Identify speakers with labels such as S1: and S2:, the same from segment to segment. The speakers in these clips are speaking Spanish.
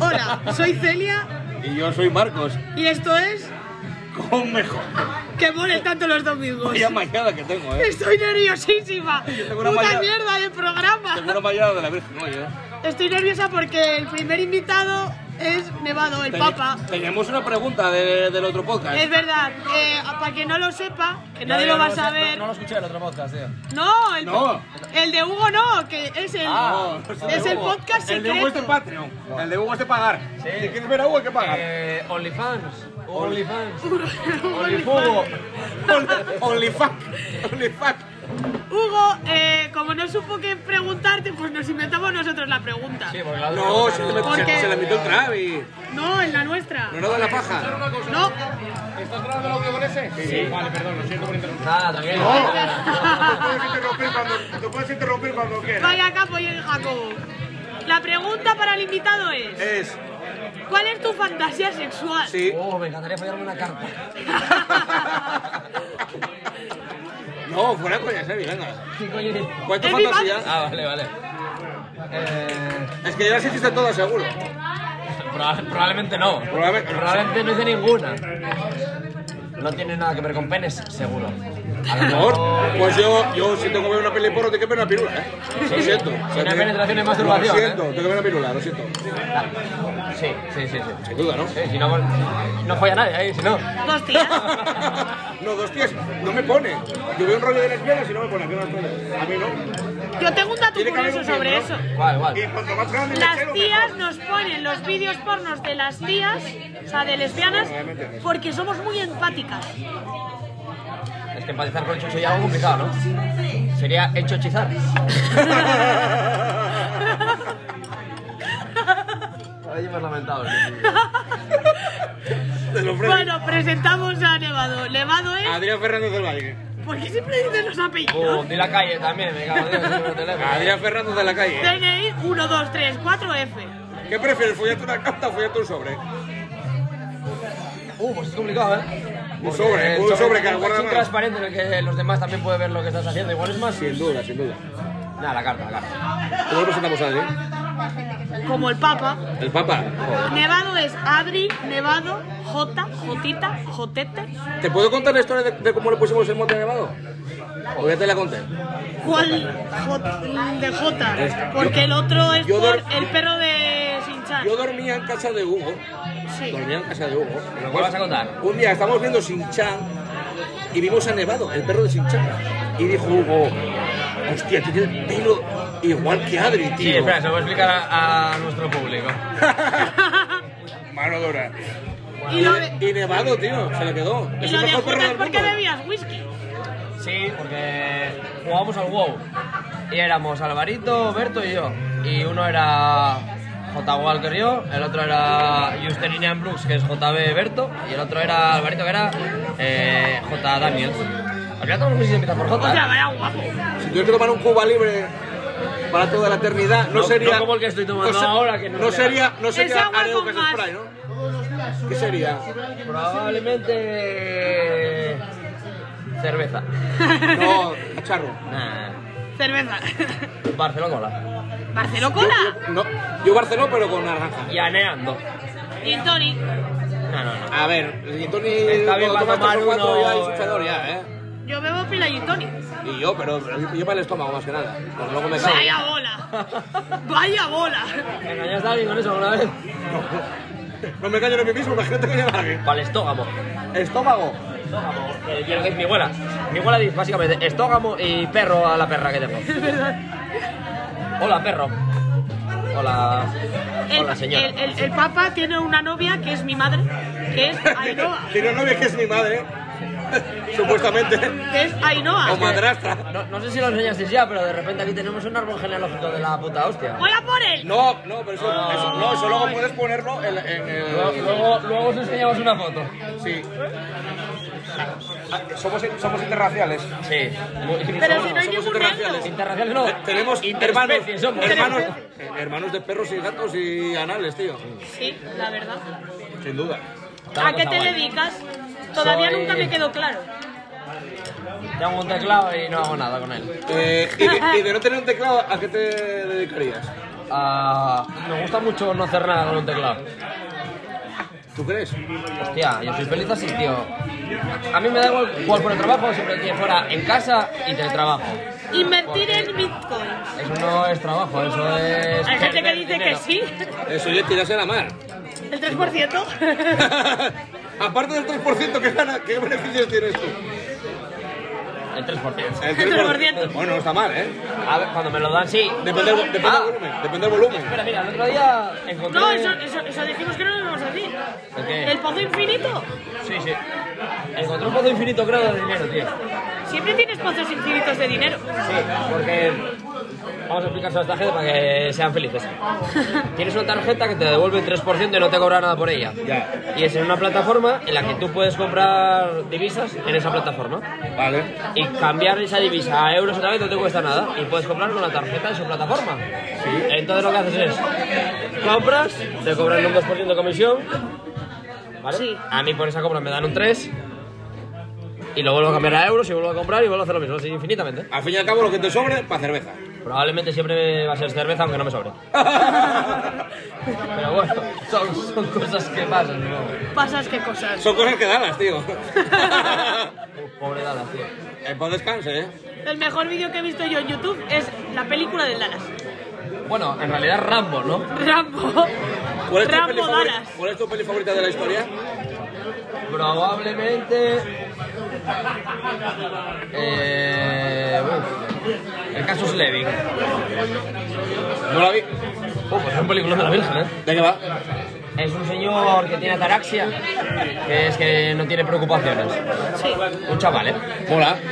S1: Hola, soy Celia
S2: Y yo soy Marcos.
S1: y esto es
S2: Con mejor.
S1: Que moren tanto los domingos.
S2: Vaya mañana que tengo, ¿eh?
S1: Estoy nerviosísima.
S2: tengo una
S1: Puta
S2: maña-
S1: mierda de
S2: Tengo una
S1: programa.
S2: mañana de la Virgen hoy, ¿eh?
S1: Estoy nerviosa porque el primer invitado es Nevado, el
S2: Teni-
S1: Papa.
S2: Teníamos una pregunta de- del otro podcast.
S1: Es verdad, eh, para quien no lo sepa, que nadie
S3: No,
S1: lo va a
S3: no,
S1: saber.
S3: No, no lo escuché en el otro podcast, tío.
S1: No, el,
S2: No.
S1: el de Hugo no, que es el,
S2: Ah,
S1: es el podcast
S2: El de Hugo es de
S1: secreto.
S2: Patreon. El de Hugo es de pagar. Si quieres ver a Hugo, hay que pagar.
S3: Eh, OnlyFans. OnlyFans.
S2: Hugo. OnlyFans. OnlyFans.
S1: Hugo, eh, como no supo qué preguntarte, pues nos inventamos nosotros la pregunta.
S3: Sí, porque la otra
S2: No, se, le
S1: ¿Por qué?
S2: se la metió el Travis.
S1: No, en la nuestra.
S2: No nos da la paja.
S1: No.
S4: ¿Estás grabando el audio con ese? Sí. Vale, perdón, lo siento por interrumpir.
S3: Nada, tranquilo.
S1: Oh.
S4: puedes interrumpir cuando, te puedes interrumpir cuando quieras.
S1: Vaya capo y el Jacobo. La pregunta para el invitado es,
S2: Es.
S1: ¿cuál es tu fantasía sexual?
S2: Sí.
S3: Oh, me encantaría fallarme una carta.
S2: No, fuera coña, Sebi, venga.
S3: ¿Qué coño es?
S2: ¿Cuál es tu
S1: Es mi
S2: fantasía?
S3: Ah, vale, vale. Eh,
S2: Es que ya las hiciste todas, seguro.
S3: proba- probablemente no.
S2: Probablemente-
S3: Probablemente no hice ninguna. No tiene nada que ver con penes, seguro. A lo
S2: Por
S3: mejor-
S2: favor. Pues yo, yo si tengo que ver una peli porro, tengo que ver una pirula, ¿eh? Lo siento. O sea,
S3: Una
S2: que-
S3: penetración es masturbación,
S2: Lo siento, tengo que ver una pirula, lo siento.
S3: Sí, sí, sí. sí.
S2: Sin duda, ¿no?
S3: Sí, si no, no falla nadie ahí, si no.
S1: Dos tías.
S2: No, dos tías, no me pone. Yo veo un rollo de lesbianas y no me pone. Aquí no me pone. A mí no.
S1: Yo tengo un dato
S2: Tiene que haber
S1: curioso
S2: un
S1: sobre
S2: filtro,
S1: eso.
S3: Igual, igual.
S4: Y cuanto más grande,
S1: Las
S4: mechero,
S1: tías nos ponen los vídeos pornos de las tías, o sea, de lesbianas, porque somos muy empáticas.
S3: Es que empatizar con el chocho ya es algo complicado, ¿no? Sería hecho hechizar. Oye, más lamentable.
S2: Te lo ofrezco.
S1: Bueno, presentamos a Nevado. Nevado es...
S2: Adrián Fernández del Valle.
S1: ¿Por qué siempre dicen los
S3: Uh,
S2: Oh.
S1: apellidos?
S3: di la calle también, me cago en Dios, el número de teléfono.
S2: Adrián Fernández de la calle. ¿eh?
S1: DNI 1234F.
S2: ¿Qué prefieres, follarte una carta o follarte un sobre?
S3: Uh, pues es complicado, ¿eh?
S2: Un
S3: Porque
S2: sobre,
S3: el
S2: un sobre que
S3: Es un
S2: guarda más.
S3: transparente en el que los demás también pueden ver lo que estás haciendo. Igual es más...
S2: Sin duda, sin duda.
S3: Nada, la carta, la carta.
S2: ¿Cómo lo presentamos a Adrián?
S1: Como el Papa.
S2: El Papa.
S1: Nevado es Adri, Nevado, J, Jotita, Jotete.
S2: ¿Te puedo contar la historia de, de cómo le pusimos el monte nevado? O ya te la conté.
S1: ¿Cuál J- de J? Porque el otro es
S2: Yo
S1: por
S2: dor-
S1: el perro de Sinchan.
S2: Yo dormía en casa de Hugo.
S1: Sí.
S2: Dormía en casa de Hugo.
S3: ¿Pero cuál vas a contar?
S2: Un día estábamos viendo Sin Chan y vimos a Nevado, el perro de Sin Chan. Y dijo Hugo, hostia, tiene el pelo igual que Adri, tío.
S3: Sí, espera, se lo voy a explicar a, a nuestro público.
S2: Mano dura.
S1: Y lo de-
S2: Y Nevado, tío, se le quedó.
S1: Y
S2: Es
S1: lo
S2: el
S1: de
S2: mejor
S1: J
S2: perro
S1: es
S2: del
S1: porque
S2: mundo.
S1: bebías whisky.
S3: Sí, porque jugábamos al WoW. Y éramos Alvarito, Berto y yo. Y uno era J. Walker yo, el otro era Justinian Brooks, que es JB Berto, y el otro era Alvarito, que era eh, J. Daniels. Al final todos los empiezan por
S2: Ah.
S1: O sea,
S3: J. ¿eh?
S1: vaya guapo.
S2: Si tuviera que tomar un Cuba libre para toda la eternidad, no,
S3: No-
S2: sería.
S3: no como el que estoy tomando
S2: se-
S3: ahora, que no
S2: no
S3: es legal.
S2: sería. No
S1: Es
S2: sería
S1: agua
S2: Areo
S1: con
S2: que es
S1: gas.
S2: spray, ¿no? ¿Qué sería?
S3: Probablemente. Cerveza.
S2: No, charro.
S3: Nah.
S1: Cerveza.
S3: Barcelona.
S1: Barceló cola.
S2: No, yo Barcelona, pero con naranja.
S3: Y aneando.
S1: Y Tony.
S3: No, no, no.
S2: A ver, el Tony
S3: Está bien
S2: cuando
S3: para
S2: toma
S3: tomar
S2: tres o cuatro
S3: uno,
S2: ya hay
S3: eh.
S2: sucedor ya, ¿eh?
S1: Yo bebo pila y Tony.
S2: Y yo, pero pero yo para el estómago más que nada. Porque luego me cago.
S1: Vaya bola. Vaya bola.
S3: ¿Engañaste a alguien con eso alguna vez?
S2: No me callo en mí mismo, imagínate que lleva alguien.
S3: Palestógamo.
S2: Estómago.
S3: Estógamo. Eh, yo lo que es mi abuela. Mi abuela dice básicamente estógamo y perro a la perra que tengo.
S1: Es verdad.
S3: Hola, perro. Hola.
S1: El,
S3: Hola, señora.
S1: el- el- el papa tiene una novia que es mi madre, que es Ainhoa.
S2: Tiene una novia que es mi madre, supuestamente.
S1: Que es Ainhoa.
S2: O madrastra.
S3: No, no sé si lo enseñasteis ya, pero de repente aquí tenemos un árbol genealógico de la puta hostia.
S1: Voy a por él.
S2: No, no, pero eso, eso- no, eso luego puedes ponerlo en, en
S3: Luego,
S2: el.
S3: luego, luego os enseñamos una foto.
S2: Sí. Ah, Somos, somos interraciales.
S3: Sí. Muy-
S1: Pero si no hay
S2: somos
S1: ningún
S2: interraciales.
S1: negro.
S3: Interraciales no.
S2: Te- Tenemos hermanos,
S3: Interespecies somos.
S2: hermanos, eh, hermanos de perros y gatos y anales, tío.
S1: Sí, la verdad.
S2: Sin duda.
S3: Está
S1: ¿A qué
S3: cosa
S1: te
S3: guay.
S1: dedicas? Todavía
S3: Soy-
S1: nunca me quedó claro.
S3: Tengo un teclado y no hago nada con él.
S2: Eh, y, de, y de no tener un teclado, ¿a qué te dedicarías?
S3: a... Ah, Me gusta mucho no hacer nada con un teclado.
S2: ¿Tú crees?
S3: Hostia, yo soy feliz así, tío. A mí me da igual cuál fuera el trabajo, siempre que fuera en casa y teletrabajo.
S1: Invertir en Bitcoin.
S3: Eso no es trabajo, eso es...
S1: Hay gente que
S3: perder
S1: dice que
S3: dinero.
S1: sí.
S2: Eso ya tirarse a la mar.
S1: El 3%.
S2: Aparte del 3% que gana, ¿qué beneficios tienes tú?
S3: El 3%.
S2: El
S1: 3%.
S2: Bueno, no está mal, ¿eh?
S3: A ver, cuando me lo dan, sí.
S2: Depende, del- depende
S3: Ah.
S2: del volumen. Depende del volumen.
S3: Espera, mira, el otro día encontré...
S1: No, eso, eso, eso dijimos que no lo íbamos a decir.
S3: ¿El qué?
S1: El pozo infinito.
S3: Sí, sí. Encontré un pozo infinito, creo, de dinero, tío.
S1: Siempre tienes pozos infinitos de dinero.
S3: Sí, porque vamos a explicárselo a esta gente para que sean felices. Tienes una tarjeta que te devuelve el 3% y no te cobra nada por ella.
S2: Ya.
S3: Y es en una plataforma en la que tú puedes comprar divisas en esa plataforma.
S2: Vale.
S3: Y cambiar esa divisa a euros otra vez no te cuesta nada. Y puedes comprar con la tarjeta de su plataforma. Entonces lo que haces es, compras, te cobran un 2% de comisión. ¿Vale?
S1: Sí.
S3: A mí por esa compra me dan un 3. Y lo vuelvo a cambiar a euros y vuelvo a comprar y vuelvo a hacer lo mismo, así infinitamente.
S2: Al fin y al cabo, lo que te sobre, para cerveza.
S3: Probablemente siempre va a ser cerveza, aunque no me sobre. Pero bueno, son, son cosas que pasan, ¿no?
S1: Pasas qué cosas.
S2: Son cosas que dalas, tío.
S3: Uh, Pobre Dallas, tío.
S2: Eh, pues descanse, ¿eh?
S1: El mejor vídeo que he visto yo en YouTube es la película del Dallas.
S3: Bueno, en realidad Rambo, ¿no?
S1: Rambo.
S2: ¿Cuál es, tu peli
S1: Rambo
S2: favori-
S1: Dallas.
S2: ¿Cuál es tu peli favorita de la historia?
S3: Probablemente... Eh, uf, el caso Slevin.
S2: No la vi.
S3: Uh, pues es un película de la Virgen, ¿eh?
S2: ¿De qué va?
S3: Es un señor que tiene ataraxia, que es que no tiene preocupaciones.
S1: Sí.
S3: Un chaval, ¿eh?
S2: Mola.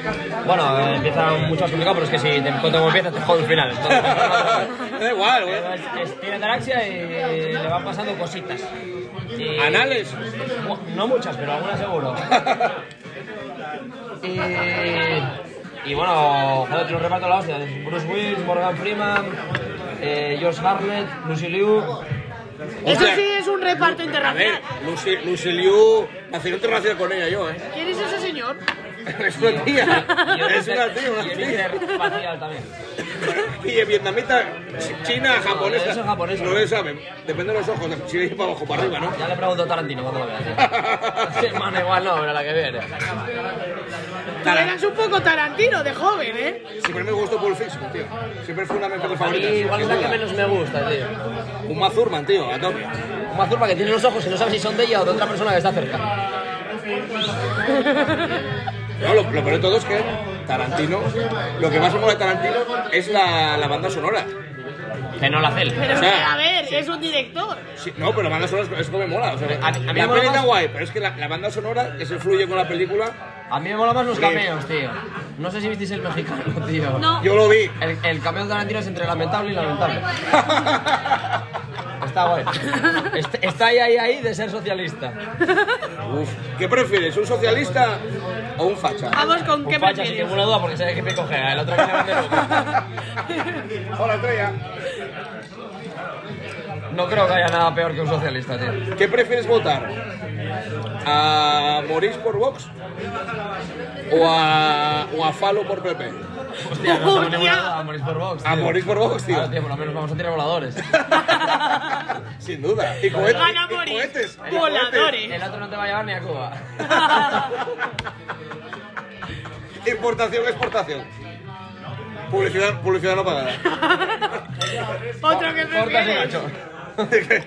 S3: Bueno, eh, empieza mucho más complicado, pero es que si te cuento cómo empieza, te jodo el final. entonces-
S2: da igual, güey.
S3: Pero es- es- tiene ataraxia y le van pasando cositas. Y-
S2: Anales.
S3: Bu- No muchas, pero algunas seguro. y, y bueno, joder, te lo reparto la hostia. Bruce Willis, Morgan Freeman, eh, George Hartnett, Lucy Liu.
S1: Eso
S2: Hostia.
S1: sí es un reparto
S2: A ver,
S1: internacional.
S2: Lucy, Lucy Liu, nací en terracia con ella yo, ¿eh?
S1: ¿Quién es ese señor?
S2: Es una tía. Es una tía, una
S3: Y un
S2: tía.
S3: líder facial también.
S2: Tía vietnamita, china, japonesa.
S3: eso es japonesa.
S2: No se sabe. Depende de los ojos, si veis para abajo, para arriba, ¿no?
S3: Ya le pregunto a Tarantino cuando lo vea. tío. La Semana igual no, pero la que viene.
S1: Tú eras un poco Tarantino de joven, ¿eh?
S2: Siempre me gustó Pulp Fiction, tío. Siempre fue una de mis pelis
S3: A mí
S2: favoritas.
S3: igual es
S2: sin
S3: la que
S2: duda.
S3: menos me gusta, tío.
S2: Un Mazurman, tío, a tope.
S3: Una zurba que tiene los ojos y no sabe si son de ella o de otra persona que está cerca.
S2: No, lo, lo peor de todo es que Tarantino, lo que más me mola de Tarantino es la, la banda sonora.
S3: Que no la hace él.
S1: Pero
S2: O sea,
S1: que, a ver, es un director.
S2: Sí, no, pero la banda sonora es, es lo que me mola. O sea,
S3: A- a mí me
S2: la
S3: mola
S2: peli está
S3: más-
S2: guay, pero es que la, la banda sonora que se fluye con la película,
S3: A mí me mola más los
S2: Sí.
S3: cameos, tío. No sé si visteis el mexicano, tío.
S1: No.
S2: yo lo vi.
S3: El, el cameo de Tarantino es entre lamentable y lamentable. Está guay. Est- Está ahí, ahí, ahí de ser socialista.
S2: Uf. ¿Qué prefieres, un socialista o un facha?
S1: Vamos con qué
S3: Un facha sin
S1: prefieres.
S3: ninguna duda porque sabe que me coge. ¿eh? El otro viene a vender humo.
S4: Hola, Estrella.
S3: No creo que haya nada peor que un socialista, tío.
S2: ¿Qué prefieres votar? ¿A Morís por Vox? ¿O a, o a Falo por PP?
S3: Hostia, no tengo ninguna
S1: Hostia.
S3: duda. A morir por Vox, tío.
S2: A Morís por Vox, tío.
S3: Claro, tío, por lo menos vamos a tirar voladores.
S2: Sin duda. Y cohetes.
S1: Gana
S2: y
S1: Morís.
S2: cohetes, y cohetes.
S1: Voladores.
S3: El otro no te va a llevar ni a Cuba.
S2: Importación, exportación. Publicidad, publicidad no pagada.
S1: Otro que
S3: Cortas y
S1: prefieres.
S3: macho.
S2: eh,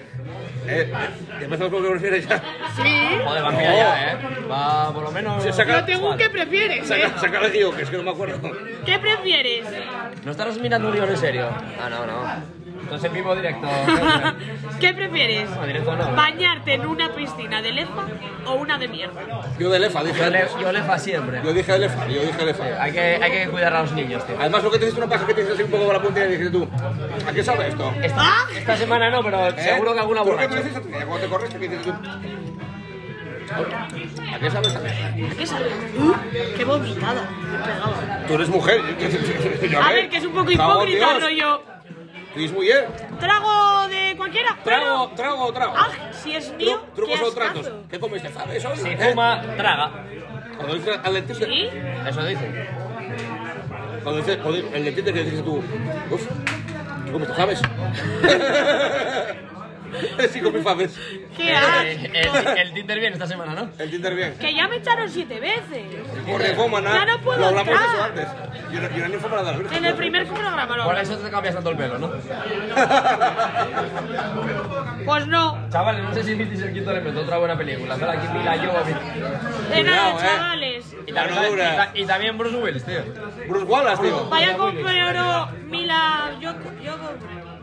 S2: eh, ya empezamos con lo que prefieres ya.
S1: Sí.
S3: Joder, va en fila ya, eh. Va por lo menos.
S2: Oh. Se saca-
S1: Yo tengo un qué prefieres, ¿eh?
S2: Saca, saca el guión, que es que no me acuerdo.
S1: ¿Qué prefieres?
S3: ¿No estarás mirando un guión en serio? Ah, no, no. Entonces en vivo directo. No,
S1: ¿Qué prefieres?
S3: directo no.
S1: ¿Bañarte en una piscina de lefa o una de mierda?
S2: Yo de Lefa, dije
S3: Yo, le,
S2: antes.
S3: yo lefa siempre. Eh,
S2: Yo dije de Lefa, yo dije de Lefa.
S3: Hay que, hay que cuidar a los niños, tío.
S2: Además, lo que te hiciste una paja que te hiciste así un poco con la puntilla y dijiste tú, ¿a qué sabe esto?
S1: ¡Ah!
S3: Esta semana no, pero
S2: ¿Eh?
S3: seguro que alguna
S2: ¿Tú qué te
S3: borracha.
S2: lo dices a tu tía? Cuando te corres, ¿qué dices tú? ¿A qué sabe esta mierda?
S1: ¿Qué sabes? ¡Uh! ¡Qué vomitada! Me pegaba.
S2: Tú eres mujer. Yo,
S1: A ver, que es un poco
S2: Cabo
S1: hipócrita,
S2: Dios.
S1: rollo.
S2: Tú eres mujer.
S1: Trago de cualquiera,
S2: Trago,
S1: pero.
S2: trago, trago.
S1: ¡Ah! Si es mío,
S2: Tru-
S1: ¿qué
S2: trucos o tratos.
S1: ascazo.
S2: ¿Qué comiste? ¿Sabes hoy?
S3: Si
S2: ¿Eh?
S3: fuma, traga.
S2: Cuando dices al dentista,
S1: ¿Sí?
S3: Eso dice.
S2: cuando dices, cuando el dentista que dices tú, uff, qué come tus faves. sí, come faves.
S1: ¿Qué
S3: Eh,
S1: asco.
S3: el, el Tinder bien esta semana, ¿no?
S2: El Tinder bien.
S1: Que ya me echaron siete veces.
S2: Por ninfómana,
S1: Ya no puedo
S2: lo hablamos de eso
S1: entrar.
S2: antes. Yo era, yo era ninfómana de la Virgen.
S1: En el primer programa lo
S3: Por
S1: hablamos.
S3: eso te cambias tanto el pelo, ¿no?
S1: Pues no.
S3: Chavales, no sé si Fifty Cerquito le metió otra buena película. Solo aquí mira yo a mí.
S1: De
S2: Cuidado,
S1: nada,
S2: eh.
S1: chavales.
S3: Y
S2: La
S3: también, y
S2: dura.
S3: ta- y también Bruce Willis, tío.
S2: Bruce Wallace, tío.
S1: Vaya con pero Mila. Yo, yo,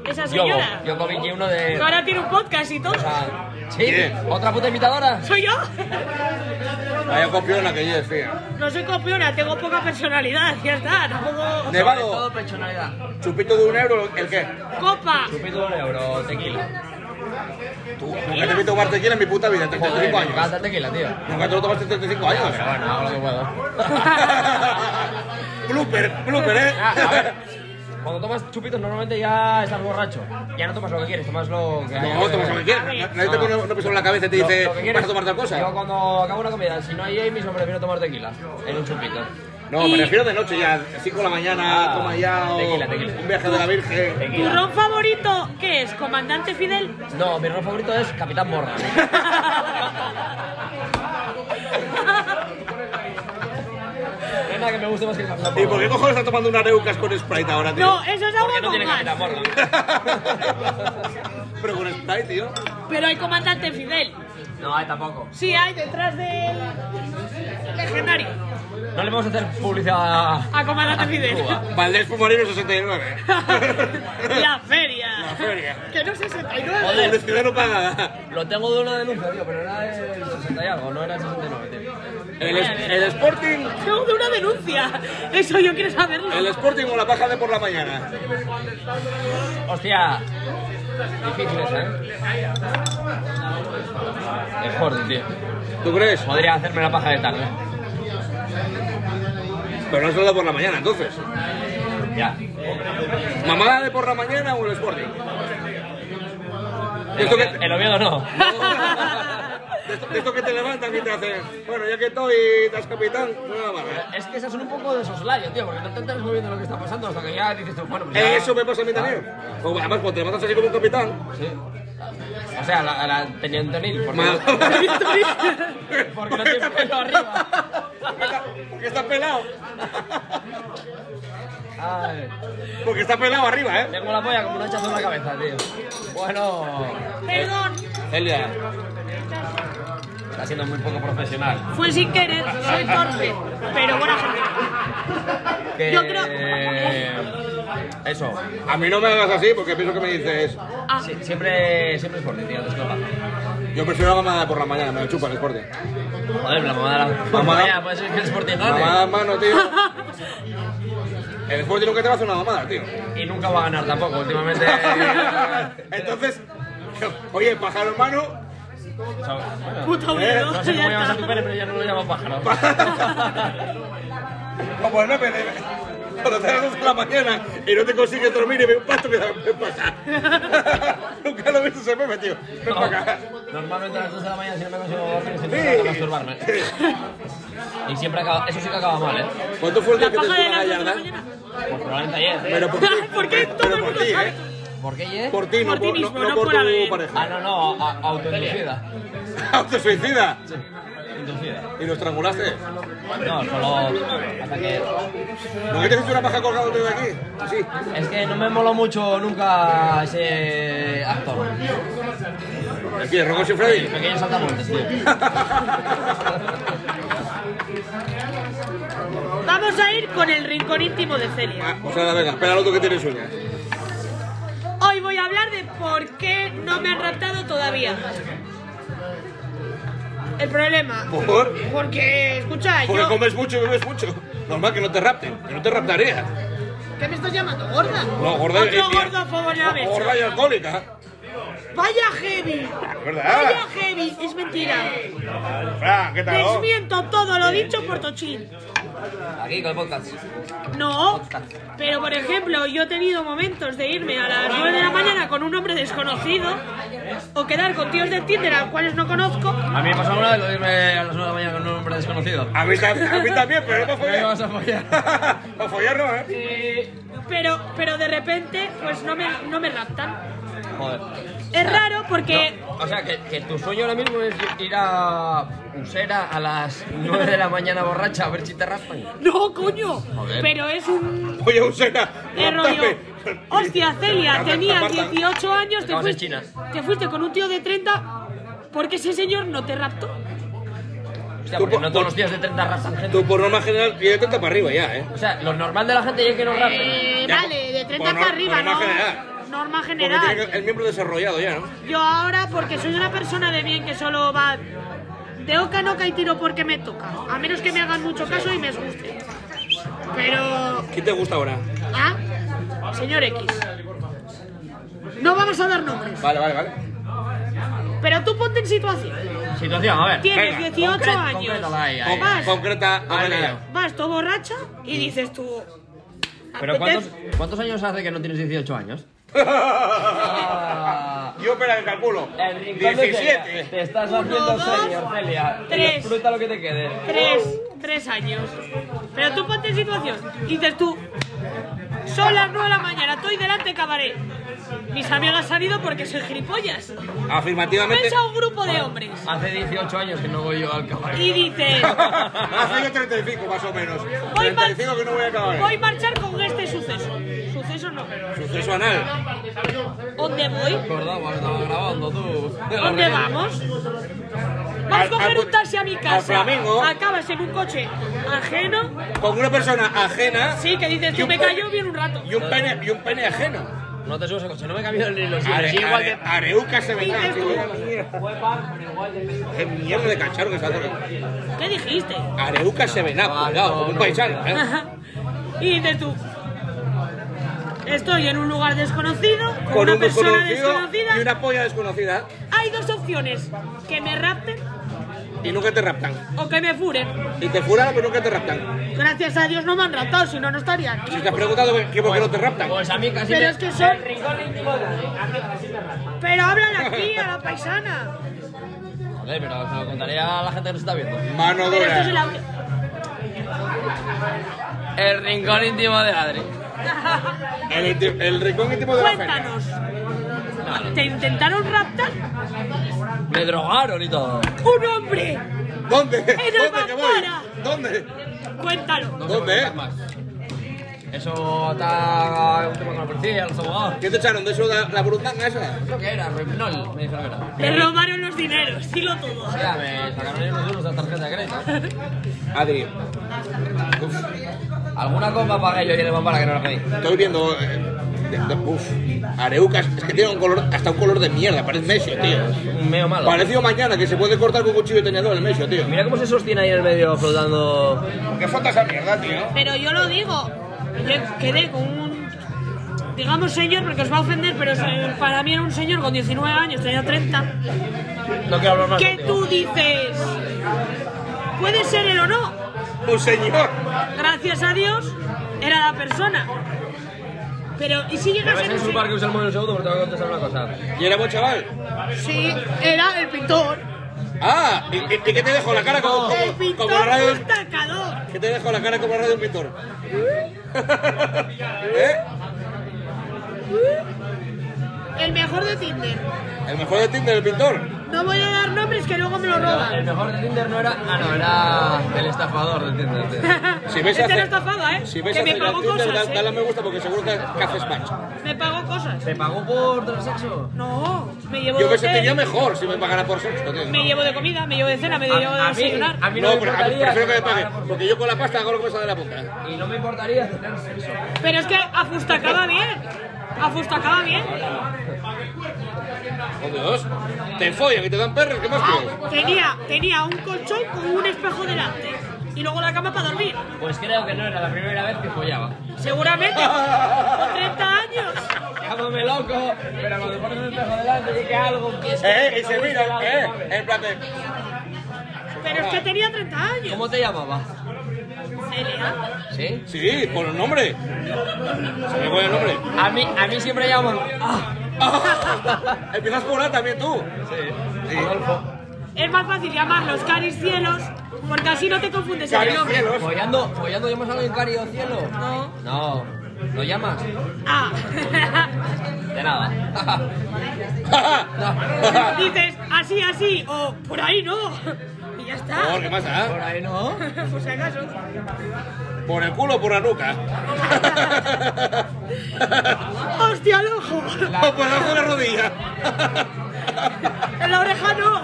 S1: esa
S3: Yo,
S1: señora.
S3: yo comí uno de.
S1: Que ahora tiene un podcast y todo.
S3: O sea, sí,
S2: ¿Quién?
S3: otra puta imitadora.
S1: ¿Soy yo?
S2: Vaya copiona que yo tío.
S1: No soy copiona, tengo poca personalidad, ya está. Tampoco.
S2: Nevado.
S3: Sobre Todo personalidad.
S2: Chupito de un euro, ¿el qué?
S1: Copa.
S3: Chupito un euro, tequila.
S2: Tú, nunca te vi tomar tequila en mi puta vida,
S3: Joder,
S2: 35
S3: me
S2: años.
S3: encanta el tequila, tío.
S2: Nunca te lo tomaste en 35 años.
S3: Pero bueno, hago lo que puedo.
S2: blooper, blooper, ¿eh?
S3: Ah, a ver. Cuando tomas chupitos normalmente ya estás borracho. Ya no tomas lo que quieres, tomas lo que hay.
S2: No, tomas lo que
S1: Ah,
S2: quieras. Nadie te pone una pistola en la cabeza y te
S3: ah. Lo-
S2: dice,
S3: lo que quieres.
S2: ¿vas a tomar tal
S3: Yo
S2: cosa?
S3: cuando acabo una comida, si no hay Amy, yo prefiero tomar tequila en un chupito.
S2: No, me
S1: Y-
S2: refiero de noche ya, 5 de la mañana,
S3: Ah,
S2: toma ya, o
S3: tequila, tequila.
S2: un viaje de la Virgen.
S1: ¿Tu
S3: Tequila.
S1: ron favorito qué es? ¿Comandante Fidel?
S3: No, mi ron favorito es Capitán Morgan. No hay nada que me guste más que el Capitán
S2: ¿Y por qué
S3: Morgan.
S2: cojones estás tomando unas reucas con Sprite ahora, tío?
S1: No, eso es agua
S3: Porque no
S1: con
S3: tiene Capitán
S1: gas.
S3: Morgan.
S2: Pero con Sprite, tío.
S1: Pero hay comandante Fidel.
S3: No, ahí tampoco.
S1: Sí, hay detrás del legendario.
S3: No le vamos a hacer publicidad a-
S1: A comandante Fidel.
S3: Cuba.
S2: Valdés Fumarino 69.
S1: La feria.
S2: La feria.
S1: Que no es 69.
S3: Joder.
S2: Publicidad no pagada.
S3: Lo tengo de una denuncia, tío, pero era el 60 y algo, no era el 69, tío.
S2: El, es- el Sporting,
S1: Tengo de una denuncia. Eso yo quiero saberlo.
S2: el Sporting o la paja de por la mañana.
S3: Hostia, difíciles, ¿eh? Es fuerte, tío.
S2: ¿Tú crees?
S3: Podría hacerme la paja de ¿eh? tarde.
S2: Pero no es la por la mañana, entonces.
S3: Ya.
S2: ¿Mamada de por la mañana o el Sporting?
S3: El,
S2: Esto que,
S3: Oviedo- el Oviedo no.
S2: de esto, de esto que te levantan y te hacen, bueno, ya que estoy, das capitán, nada más. ¿eh?
S3: Es que esas son un poco de soslayo, tío, porque no te enteras muy bien de lo que está pasando hasta que ya dices tú, bueno, pues ya-
S2: Eh, Eso me pasa a mí también. O, además, cuando te levantas así como un capitán,
S3: Sí. O sea, la, la teniente Nil, por
S2: mal.
S3: favor. Porque no tiene pelo arriba.
S2: Porque está- Porque está pelado.
S3: Ay,
S2: Porque está pelado arriba, ¿eh?
S3: tengo la polla como una hachazo en la cabeza, tío. Bueno,
S1: Perdón.
S2: Celia.
S3: está siendo muy poco profesional.
S1: Fue sin querer. Soy torpe. Pero buena gente.
S3: Que...
S1: Yo creo-
S3: Eso.
S2: A mí no me hagas así porque pienso que me dices,
S1: Ah,
S3: Sí, siempre, siempre es por ti, tío, disculpa.
S2: yo prefiero la mamada por la mañana, me chupa el Sporting.
S3: Joder, la mamada. La
S2: Mamada.
S3: Ya, Puede ser que es por ti, ¿no?
S2: Mamada en mano, tío. El Sporting nunca te va a hacer una mamada, tío.
S3: Y nunca va a ganar tampoco, últimamente.
S2: Entonces, oye, pájaro en mano,
S3: ¿sabes?
S1: puto
S2: Eh,
S1: miedo.
S3: No sé cómo
S1: Ya
S3: llamas a tu
S1: está.
S3: pene, pero ya no lo llamas pájaro.
S2: como el meme de cuando te das a la mañana y no te consigues dormir y ve un pato y dice, ven para acá. Nunca lo he visto ese meme, tío. Ven para acá.
S3: No, Normalmente a las 2 de la mañana, si no me consigo dormir, siempre trato de masturbarme. Y siempre acaba, eso sí que acaba mal, ¿eh?
S2: ¿Cuánto fue el día
S1: La
S2: que te
S1: paja
S2: estuvo
S1: de
S2: la
S1: las dos de la
S2: gallarda?
S1: mañana.
S3: Pues probablemente ayer. ¿eh?
S2: Pero por ti.
S1: ¿Por qué
S2: pero-
S1: todo
S2: pero
S1: el
S2: por
S1: mundo
S2: ti,
S1: sabe?
S2: ¿eh?
S3: ¿Por qué ayer?
S2: Por ti, no
S1: Por ti
S2: por, no,
S1: mismo,
S2: no
S1: no
S2: por
S1: por
S2: tu
S1: haber-
S2: pareja.
S3: Ah, no, no, a- autoinducida.
S2: Autosuicida.
S3: Inducida.
S2: ¿Y lo estrangulaste?
S3: No, solo hasta que...
S2: ¿No que te hiciste una paja colgándote de aquí? Así.
S3: Es que no me moló mucho nunca ese actor.
S2: Aquí, el Rocco
S3: Sí,
S2: Freddy.
S3: pequeños saltamontes, tío.
S1: Vamos a ir con el rincón íntimo de Celia.
S2: Ah, o sea, venga, espéralo tú que tienes uñas.
S1: Hoy voy a hablar de por qué no me han raptado todavía. El problema.
S2: ¿Por?
S1: Porque, escucha,
S2: Porque
S1: yo...
S2: comes mucho y bebes mucho. Normal que no te rapten, que no te raptaría.
S1: ¿Qué me estás llamando? ¿Gorda?
S2: No, gorda
S1: Otro
S2: y- y-
S1: gordo favorable.
S2: Gorda y alcohólica.
S1: ¡Vaya heavy! ¡Vaya
S3: Ah.
S2: ¿Verdad?
S1: heavy! Es mentira.
S4: Fran, ¿qué tal? oh?
S1: Desmiento todo lo dicho por Tochín.
S3: Aquí con el podcast.
S1: No, pero por ejemplo, yo he tenido momentos de irme a las 9 de la mañana con un hombre desconocido o quedar con tíos de Tinder a cuales no conozco.
S3: A mí me pasó una vez lo de irme a las 9 de la mañana con un hombre desconocido.
S2: A mí, tam- a mí también, pero no
S3: No
S2: para
S3: ibas a follar.
S2: follar. Para follar no, ¿eh?
S1: Pero, pero de repente, pues no me, no me raptan.
S3: Joder.
S1: Es raro porque
S3: No, o sea, que, que tu sueño ahora mismo es ir a Usera a las 9 de la mañana borracha a ver si te raspan.
S1: No, coño.
S3: Joder.
S1: Pero es un
S2: Voy a usar.
S1: es rollo. Hostia, Celia, tenías 18 años, te
S3: Estamos en
S1: fuiste,
S3: China.
S1: te fuiste con un tío de 30 porque ese señor no te raptó.
S3: Hostia,
S2: Tú
S3: porque
S2: po-
S3: no
S2: po-
S3: todos los días de 30 raspan gente.
S2: Tú por norma general tienes tanta para arriba ya, ¿eh?
S3: O sea, lo normal de la gente es que no raspan.
S1: Eh,
S2: Ya,
S1: vale, de 30
S2: por nor-
S1: para arriba,
S2: norma
S1: ¿no?
S2: general.
S1: Norma
S2: Porque tiene
S1: general.
S2: que- el miembro desarrollado ya, ¿no?
S1: Yo ahora, porque soy una persona de bien que solo va de oca en oca y tiro porque me toca. A menos que me hagan mucho caso y me guste. Pero
S2: ¿Quién te gusta ahora?
S1: ¿Ah? Señor X. No vamos a dar nombres.
S2: Vale, vale, vale.
S1: Pero tú ponte en situación.
S3: Situación, a ver.
S1: Tienes
S2: Venga,
S1: 18
S3: concre-
S1: años.
S3: concrétala ahí, ahí,
S1: vas,
S2: Concreta,
S1: Ah,
S3: Al
S2: Ana.
S3: lío.
S1: vas todo borracha y dices tú.
S3: Pero ¿cuántos,
S1: apetece-
S3: cuántos años hace que no tienes 18 años? Ah,
S2: Yo espera que calculo. 17.
S3: Te estás
S1: haciendo dos, senior,
S3: Celia.
S1: tres. Disfruta
S3: lo que te quede.
S1: Tres, tres años. Pero tú ponte en situación y dices tú. Son las 9 de la mañana, estoy delante de cabaret. Mis amigas han ido porque soy gilipollas.
S2: Afirmativamente.
S1: Ves a un grupo de hombres
S3: Hace 18 años que no voy yo al cabaret.
S1: y dices.
S2: Hace yo 35 más o menos.
S1: Voy, mar-
S2: 35 que no voy a acabar.
S1: voy a marchar con este suceso. Suceso no.
S2: Suceso anal.
S1: ¿Dónde voy?
S3: Recordaba, estaba grabando tú.
S1: ¿Dónde vamos? Vas a
S2: Al-
S1: coger
S2: al-
S1: un taxi a mi
S2: al
S1: casa.
S2: Flamingo.
S1: Acabas en un coche ajeno.
S2: Con una persona ajena.
S1: Sí, que dices,
S2: Y
S1: tú
S2: un
S1: me
S2: pe-
S1: cayó bien un rato.
S2: Y un pene, y un pene ajeno.
S3: No te subas al coche, no me he cambiado ni los
S2: Are-
S3: sillas. Igual
S2: are-
S3: que.
S2: areuca se me
S1: Dices tú.
S2: Qué mierda de cacharro que se hace.
S1: ¿Qué dijiste?
S2: Areuca se ven
S3: Vale,
S2: cuidado,
S3: no,
S2: como un
S3: no.
S2: paisano, ¿eh?
S1: y dices tú, estoy en un lugar desconocido, con,
S2: Con
S1: una
S2: un
S1: persona
S2: desconocido
S1: desconocida.
S2: y una polla desconocida.
S1: Hay dos opciones, que me rapten
S2: Y nunca te raptan.
S1: o que me furen.
S2: Y te furan, pero nunca te raptan.
S1: Gracias a Dios no me han raptado, si no, no estaría aquí.
S2: Si te has preguntado que- que por qué no te raptan.
S3: Pues a mí casi.
S1: Pero
S3: me-
S1: es que son... Pero hablan aquí, a la paisana.
S3: Joder, pero se lo contaré a la gente que nos está viendo.
S2: Mano
S1: Pero esto es el
S2: dura.
S1: audio.
S3: El rincón íntimo de Adri.
S2: El, inti- el rincón íntimo de la feria.
S1: Cuéntanos, ¿te intentaron raptar?
S3: Me drogaron y todo.
S1: ¡Un hombre!
S2: ¿Dónde?
S1: En
S2: ¿Dónde que voy?
S1: Almazara.
S2: ¿Dónde?
S1: Cuéntalo.
S3: No se
S2: ¿Dónde,
S3: puede
S2: eh?
S3: contar más. Eso está. un tema con la policía, los abogados.
S2: ¿Qué te echaron? ¿De eso la, la burundanga esa?
S3: ¿Eso qué era? Repnol, me dijeron que era.
S1: Te robaron los dineros, dilo todo.
S3: Ya, me sacaron ahí unos duros de la tarjeta de crédito.
S2: Adri,
S3: Alguna copa pagué yo y el para que no la pedí.
S2: estoy viendo... eh, de- de- uf, Areucas, es que tiene un color, hasta un color de mierda, parece Messi, tío.
S3: Un meo malo.
S2: Parecido mañana que se puede cortar con cuchillo y tenedor el Messi, tío.
S3: Mira cómo se sostiene ahí en el medio flotando.
S2: ¿Qué falta esa mierda, tío?
S1: Pero yo lo digo, yo quedé con un. Digamos señor, porque os va a ofender, pero se- para mí era un señor con 19 años, tenía 30.
S3: No quiero hablar más.
S1: Que
S3: contigo.
S1: tú dices. Puede ser él o no.
S2: Un señor.
S1: Gracias a Dios, era la persona. Pero, ¿y si
S3: Me
S1: llegas
S3: vais a
S1: en un
S3: disculpar que use el móvil un segundo porque tengo que contestar una cosa.
S2: ¿Y era buen chaval?
S1: Sí, era el pintor.
S2: Ah, ¿y, y- y qué te dejó la cara como,
S1: El
S2: como,
S1: pintor
S2: como la
S1: fue
S2: radio?
S1: un tacador.
S2: ¿Qué te dejó la cara como la radio de un pintor? ¿Eh?
S1: El mejor de Tinder.
S2: El mejor de Tinder, el pintor.
S1: No voy a dar nombres que luego me lo
S3: El
S1: roban.
S3: mejor de Tinder no era. Ah, no, era el estafador de Tinder. tío.
S2: Si ves a
S1: este
S2: Ce-
S1: no estafaba, ¿eh?
S2: Si ves
S1: que
S2: a
S1: me
S2: Celia en
S1: pagó
S2: Tinder,
S1: cosas,
S2: da-
S1: ¿eh?
S2: dale a me gusta porque seguro que, que haces match.
S1: Me pagó cosas.
S3: ¿Te pagó por transexo?
S1: No, Pues me llevo
S2: Yo
S1: de
S2: me sentiría
S1: hotel,
S2: mejor si me pagara por sexo, tío.
S1: me llevo de comida, me llevo de cena, me
S3: A,
S1: llevo de
S3: a mí,
S1: desayunar.
S3: a mí no,
S2: No,
S3: me
S2: pero a mí
S3: importaría.
S2: prefiero que me
S3: pagara
S2: paguen, porque yo con la pasta hago lo que me sale de la punta.
S3: por- Y no me importaría tener sexo.
S1: Pero es que a Fustacaba bien. A Fustacaba bien.
S2: Oh, Dios. Te follan y te dan perros, ¿qué más quieres?
S1: Tenía, tenía un colchón con un espejo delante. Y luego la cama para dormir.
S3: Pues creo que no era la primera vez que follaba.
S1: Seguramente. Con 30 años.
S3: Llámame loco, pero cuando pones el espejo delante y que algo.
S2: Eh, y se mira, eh, en plan de...
S1: Pero es que tenía 30 años.
S3: ¿Cómo te llamabas?
S1: Celia.
S3: ¿Sí?
S2: Sí, por el nombre. Se me fue el nombre.
S3: A mí, a mí siempre llaman. Ah,
S2: Empiezas por A también tú.
S3: Sí. Adolfo.
S1: Es más fácil llamarlos Caris Cielos, porque así no te confundes en el
S2: Caris
S1: nombre.
S2: Cielos.
S3: Follando, follando, ¿llamas a alguien cari o cielo?
S1: No.
S3: No. ¿Lo llamas?
S1: Ah.
S3: De nada.
S1: Dices así, así, o por ahí no. Y ya
S2: Por, ¿Qué
S1: está.
S3: Por
S2: pasa?
S3: ahí no.
S1: Por si acaso.
S2: ¿Por el culo o por la nuca?
S1: ¡Hostia, el ojo!
S2: ¿O por debajo de la rodilla?
S1: En la oreja no.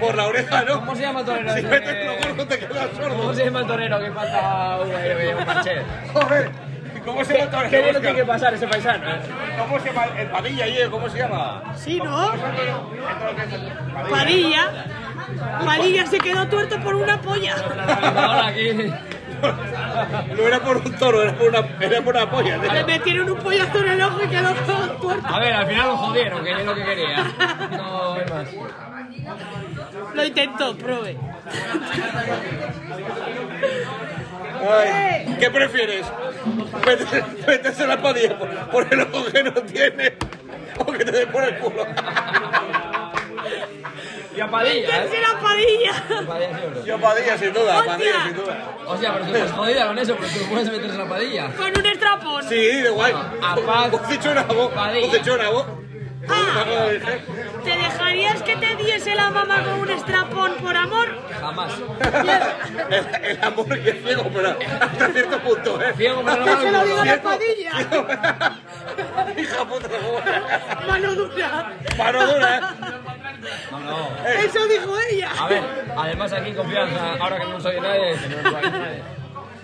S2: ¿Por eh. la oreja,
S3: ¿Cómo
S2: no?
S3: se llama el torero?
S2: Si
S3: ese?
S2: metes los culo te quedas sordo.
S3: ¿Cómo se llama el torero que falta un, eh, un parche?
S2: Joder, ¿cómo se llama el
S3: ¿Qué bueno
S2: torero?
S3: tiene que pasar ese paisano? eh?
S2: ¿Cómo se llama el padilla, eh? ¿Cómo se llama?
S1: Sí, ¿no? Padilla. Padilla se quedó tuerto por una polla.
S3: Ahora aquí.
S2: No era por un toro, era por una, era por una polla. tío.
S1: Le metieron un pollazo en el ojo y quedó todo tuerto.
S3: A ver, al final lo jodieron, que es lo que quería. No, es más.
S1: Lo intentó, prove.
S2: Ay, ¿Qué prefieres? Meter- ¿Meterse la padilla por, por el ojo que no tiene o que te dé por el culo?
S3: Y a Padilla,
S1: ¡Es
S3: ¿eh?
S1: la padilla!
S3: Padilla seguro.
S2: Yo padilla, sin duda,
S1: ¡Hostia!
S2: padilla, sin duda.
S3: Hostia, pero tú estás jodida con eso, porque tú puedes meterse la Padilla.
S1: Con un estrapón.
S2: Sí, de guay.
S3: A paz.
S2: ¿Vos dicho una voz?
S3: Padilla.
S2: ¿Vos dicho una voz?
S1: Ah, ¿Te dejarías que te diese la mamá con un estrapón por amor?
S3: Jamás.
S2: El, el amor que es ciego, pero hasta cierto punto, ¿eh?
S3: Ciego, pero no
S1: se lo digo a la
S2: Ciego,
S1: padilla!
S2: ciego. Hija puta, cómo-
S1: ¡Mano dura!
S2: Mano dura, ¿eh?
S3: No, no.
S1: ¡Eso dijo ella!
S3: A ver, además aquí confianza, ahora que no soy nadie, que no soy nadie.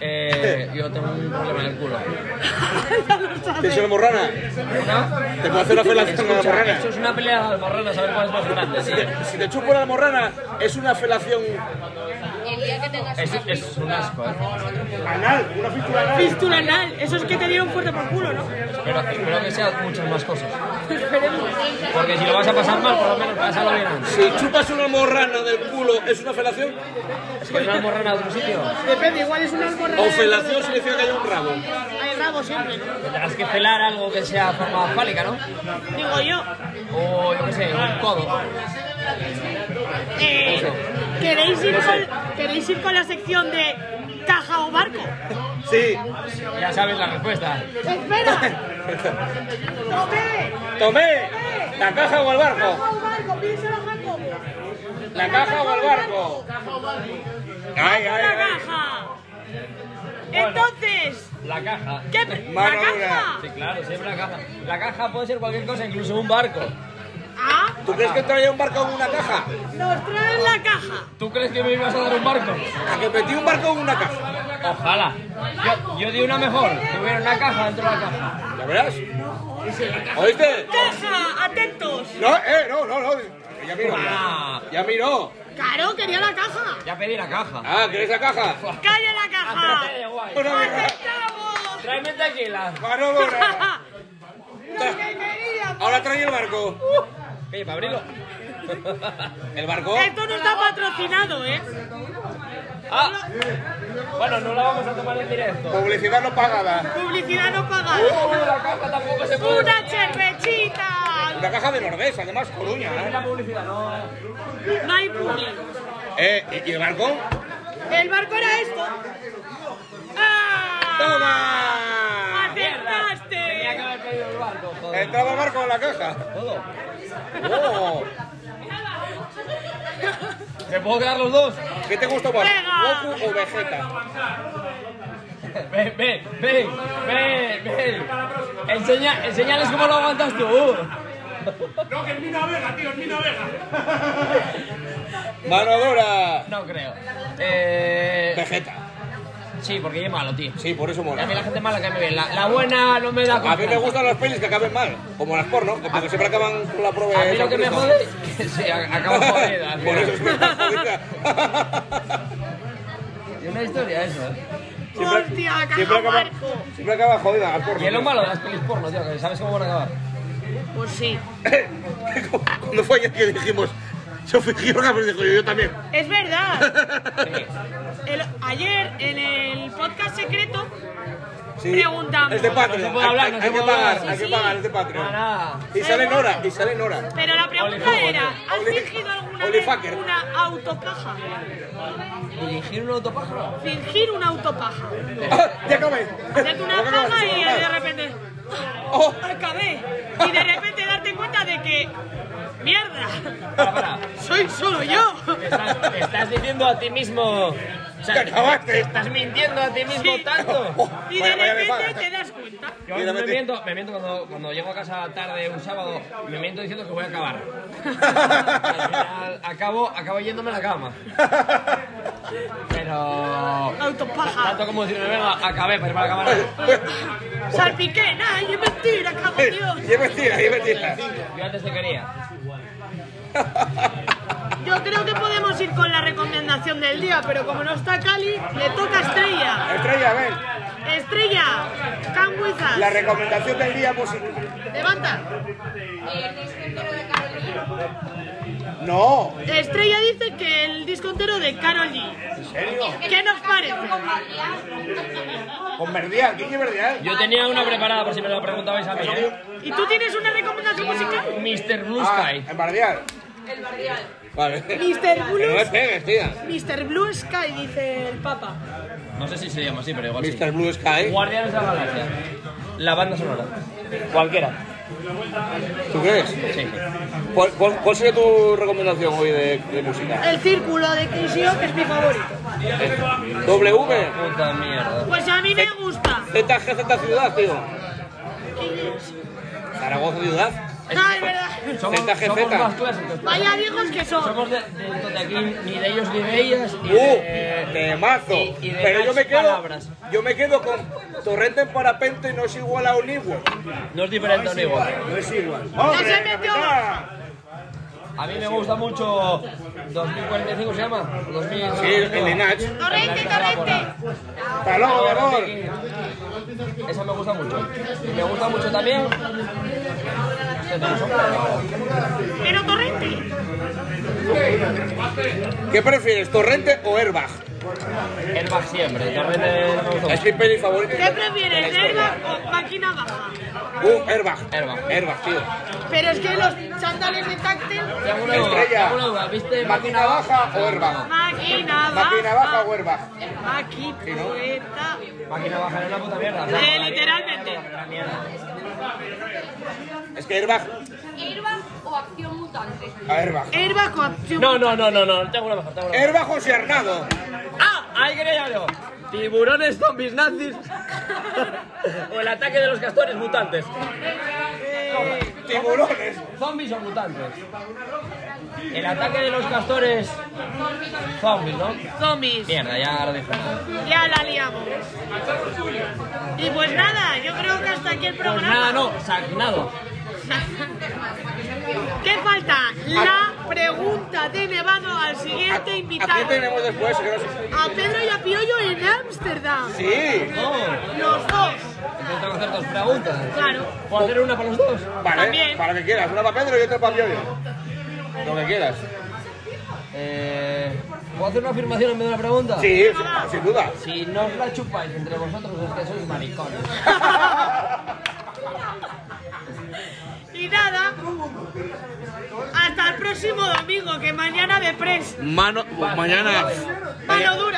S3: Eh, yo tengo un problema en el culo.
S1: ya lo
S2: ¿Te hizo
S1: sabes.
S2: una morrana?
S3: ¿Una?
S2: ¿Te puedo hacer una felación con la
S3: Escucha,
S2: morrana?
S3: esto es una pelea de almorranas, a ver cuál es más grande, sí.
S2: Si te- Si te chupo la morrana, es una felación
S5: El día que tengas
S3: Es,
S5: una
S3: es un asco, ¿eh?
S4: Anal, una fístula anal.
S1: Fístula anal, eso es que te dieron fuerte por culo, ¿no?
S3: Espero, espero que sean muchas más cosas.
S1: Esperemos.
S3: Porque si lo vas a pasar mal, por lo menos pásalo bien.
S2: Si chupas una morrana del culo, ¿es una felación?
S3: Es que es una almorrana de otro sitio.
S1: Depende, igual es una almorrana.
S2: ¿O felación significa que hay un rabo?
S1: Hay rabo siempre, ¿no?
S3: Tendrás que pelar algo que sea forma fálica, ¿no?
S1: Digo yo.
S3: O yo qué sé, un codo.
S1: Eh,
S3: Eso.
S1: ¿queréis, ir con, ¿Queréis ir con la sección de caja o barco?
S2: Sí.
S3: Ya sabes la respuesta.
S1: ¡Espera! ¡Tomé!
S2: ¡Tomé! ¿La caja o el barco?
S1: o barco! ¡Piénsalo, Jacobo!
S2: ¿La caja o el barco? ¡Ay, ay,
S1: ¡La
S2: ay!
S1: caja! Entonces,
S3: La caja.
S1: ¿qué? pre-
S2: Mano
S1: ¿La caja?
S3: Sí, claro, siempre la caja. La caja puede ser cualquier cosa, incluso un barco.
S1: ¿Ah?
S2: ¿Tú crees que traía un barco con una caja?
S1: ¡Nos traen la caja!
S3: ¿Tú crees que me ibas a dar un barco?
S2: ¿A que metí un barco con una caja?
S3: Ojalá. Yo, yo di una mejor. Tuviera una caja dentro de la caja.
S2: ¿La verás? ¿Oíste?
S1: ¡Caja! ¡Atentos!
S2: No, eh, no, no, no. Ya miro.
S3: Ah,
S2: Ya miro.
S1: ¡Claro, quería la caja!
S3: ya pedí la caja.
S2: Ah, ¿quieres la caja?
S1: ¡Calla la
S3: Hacete
S1: caja! Pues
S3: guay.
S1: ¡Aceptamos!
S3: Tráeme tequila.
S2: Mano dura.
S1: ¡Lo que queríamos!
S2: Ahora trae el barco.
S3: Oye, para abrirlo.
S2: ¿El barco?
S1: Esto no está patrocinado, ¿eh?
S3: Ah. Bueno, no la vamos a tomar en directo.
S2: Publicidad no pagada.
S1: Publicidad no pagada.
S3: Uh, la caja tampoco se puede.
S1: ¡Una cervechita!
S2: Una caja de Nordés, además Coruña, ¿eh?
S3: La publicidad, no.
S1: No hay puli.
S2: Eh, ¿Y y el barco?
S1: El barco era esto. ¡Ah!
S2: ¡Toma!
S3: Tenía que
S1: ¡Acertaste!
S3: haber pedido el barco, joder.
S2: Entraba el barco en la caja.
S3: Todo.
S2: ¡Oh!
S3: ¿Me puedo quedar los dos?
S2: ¿Qué te gustó más?
S1: Venga.
S2: ¿Goku o Vegeta?
S3: Ve, ve, ve, ve, ve. Enseña, enseñales cómo lo aguantas tú.
S4: No, que es mi navega, tío, es mi navega.
S2: ¡Mano dura!
S3: No creo. Eh,
S2: Vegeta.
S3: sí, porque yo malo, tío.
S2: Sí, por eso
S3: Y A mí
S2: mola.
S3: la gente mala que me bien. La, la buena no me da
S2: A mí me
S3: confianza.
S2: gustan las pelis que acaben mal, como las porno, que porque siempre acaban con la prueba de
S3: A mí lo que me
S2: Jesucristo.
S3: jode es que se acaba jodida. al
S2: Por eso es
S3: final.
S2: que está jodida.
S3: Es una historia eso. ¿eh?
S1: ¡Hostia,
S2: Siempre
S1: caja
S2: acaba,
S1: barco!
S2: siempre acaba jodida las
S3: Y es lo
S2: porno.
S3: malo de las pelis porno, tío, que sabes cómo van a acabar.
S1: Pues sí.
S2: Cuando fue ayer que dijimos, yo fingí una pero dijo yo, yo también.
S1: Es verdad. El- ayer en el podcast secreto
S2: Sí.
S1: Preguntan.
S2: Es de Patreon.
S3: No se puede hablar,
S2: hay,
S3: no
S2: hay
S3: se
S2: que
S3: puede
S2: pagar,
S3: hablar.
S2: hay que
S1: Sí,
S2: pagar,
S1: sí.
S2: es de Patreon.
S3: Nada.
S2: Y sale Nora, y sale Nora.
S1: Pero la pregunta
S3: Olifucker.
S1: era, ¿has
S2: Oli-
S1: fingido alguna vez
S2: Olifucker.
S1: una autopaja?
S3: ¿Dirigir un autopájaro?
S1: Fingir una autopaja.
S2: ¡Ah! ¡Ya acabé!
S1: Date una
S2: Acabé,
S1: paja y
S2: acabé.
S1: de repente...
S2: Oh.
S1: Acabé. Y de repente darte cuenta de que... ¡Mierda!
S3: Para, para.
S1: ¡Soy solo yo!
S3: Estás, te estás diciendo a ti mismo. O sea,
S2: Te acabaste.
S3: te estás mintiendo a ti mismo
S1: Sí.
S3: tanto.
S1: Y de
S2: Vaya, vaya, vaya.
S1: repente te das cuenta.
S3: Yo
S2: Mira,
S3: me
S2: Mati.
S3: miento, me miento cuando, cuando llego a casa tarde un sábado, me miento diciendo que voy a acabar. Al final, acabo, acabo yéndome a la cama. Pero.
S1: Autopaja.
S3: Tanto como decirme, venga, acabé para irme a la cama.
S1: Salpiqué, nada, y es mentira, cago en Dios.
S2: Y es mentira, y es mentira.
S3: Yo antes te quería.
S1: Yo creo que podemos ir con la recomendación del día, pero como no está Cali, le toca a Estrella.
S2: Estrella, ven.
S1: Estrella, come with us.
S2: La recomendación del día musical.
S1: Levanta.
S5: El disco entero de Carolina.
S2: No.
S1: Estrella dice que el disco entero de Carol G.
S2: ¿En serio?
S1: ¿Qué nos parece?
S5: Con María.
S2: Con Verdial, Kiki Verdial.
S3: Yo tenía una preparada por si me lo preguntabais a mí, ¿eh?
S1: ¿Y tú tienes una recomendación musical?
S3: Mr. Blue
S2: Ah,
S3: Sky.
S2: en Verdial.
S5: El barrial.
S2: Vale.
S1: Mr.
S2: Que no le
S1: Blue,
S2: pegues, tía.
S1: Mr. Blue Sky, dice el Papa.
S3: No sé si se llama así, pero igual sí.
S2: Mr. Blue Sky.
S3: Guardianes de la Galaxia. La banda sonora. Cualquiera.
S2: ¿Tú crees?
S3: Sí.
S2: ¿Cuál, cuál, cuál sería tu recomendación hoy de, de música?
S1: El círculo de Kishio, que es mi favorito.
S2: W,
S3: Puta mierda.
S1: Pues a mí me gusta.
S2: ZGZ Ciudad, tío. Zaragoza Ciudad.
S1: No, Ah, es verdad.
S3: Somos,
S2: ZGZ.
S3: somos más clásicos.
S1: Vaya viejos que son.
S3: Somos de, de Totequín, ni de ellos ni de ellas. Y
S2: ¡Uh!
S3: de-
S2: ¡Temazo!
S3: y- y de
S2: Pero yo
S3: las
S2: me quedo.
S3: palabras.
S2: Yo me quedo con Torrente en parapente no es igual a Oniwo.
S3: No es diferente, amigo.
S2: No es igual.
S1: Ya se metió.
S2: capitán!
S3: A mí me gusta mucho. 2045 se llama. 2000,
S2: Sí, el Linach.
S1: Torrente, torrente.
S2: Hasta luego, mi amor.
S3: Esa me gusta mucho. Y me gusta mucho también.
S1: Pero torrente.
S2: ¿Qué prefieres, Torrente o Airbag?
S3: El back siempre. Torrente no me gusta
S2: Es
S3: mucho.
S2: mi peli favorita.
S1: ¿Qué
S2: de
S1: prefieres,
S2: la historia.
S1: nerva o máquina baja?
S2: Uh, Airbag.
S3: Airbag.
S2: Airbag, tío.
S1: Pero es que los chándales de táctil...
S3: Tengo una duda,
S2: Estrella.
S3: tengo una duda. ¿Viste
S2: ¿Máquina baja o Airbag?
S1: Máquina baja.
S2: ¿Máquina baja
S1: ah.
S2: o Airbag?
S1: Aquí poeta.
S3: Máquina baja era una puta mierda.
S1: Eh, literalmente.
S2: Es que Airbag.
S5: Airbag o acción mutante.
S2: A Airbag.
S1: Airbag con acción.
S3: No, no, no, no, no. Tengo una mejor, tengo una mejor.
S2: Airbag o Arnado.
S3: ¡Ah! Ahí quería yo. Tiburones, zombies nazis. o el ataque de los castores mutantes.
S2: Tiburones.
S3: ¿Zombies o mutantes? El ataque de los castores. Zombies, ¿no?
S1: Zombies.
S3: Mierda, ya lo dije.
S1: Ya la liamos. Y pues nada, yo creo que hasta aquí el
S3: Pues
S1: programa.
S3: nada, no, sagnado.
S1: ¿Qué falta? La pregunta de Nevado al siguiente
S2: ¿A
S1: invitado.
S2: quién tenemos después? Que no sé.
S1: A Pedro y a Piollo en Ámsterdam.
S2: Sí.
S3: Oh,
S1: Los dos.
S3: entonces tengo que hacer dos preguntas.
S1: Claro.
S3: ¿Puedo hacer una para los dos?
S2: Vale,
S1: También.
S2: para lo que quieras. Una para Pedro y otra para Pioyo. Lo que quieras.
S3: Eh, ¿Puedo hacer una afirmación en vez de una pregunta?
S2: Sí, sin, sin duda.
S3: Si no os la chupáis entre vosotros, es que sois maricones.
S1: Y nada. Hasta el próximo domingo, que mañana de pres.
S2: Mano, mañana.
S1: Mano dura.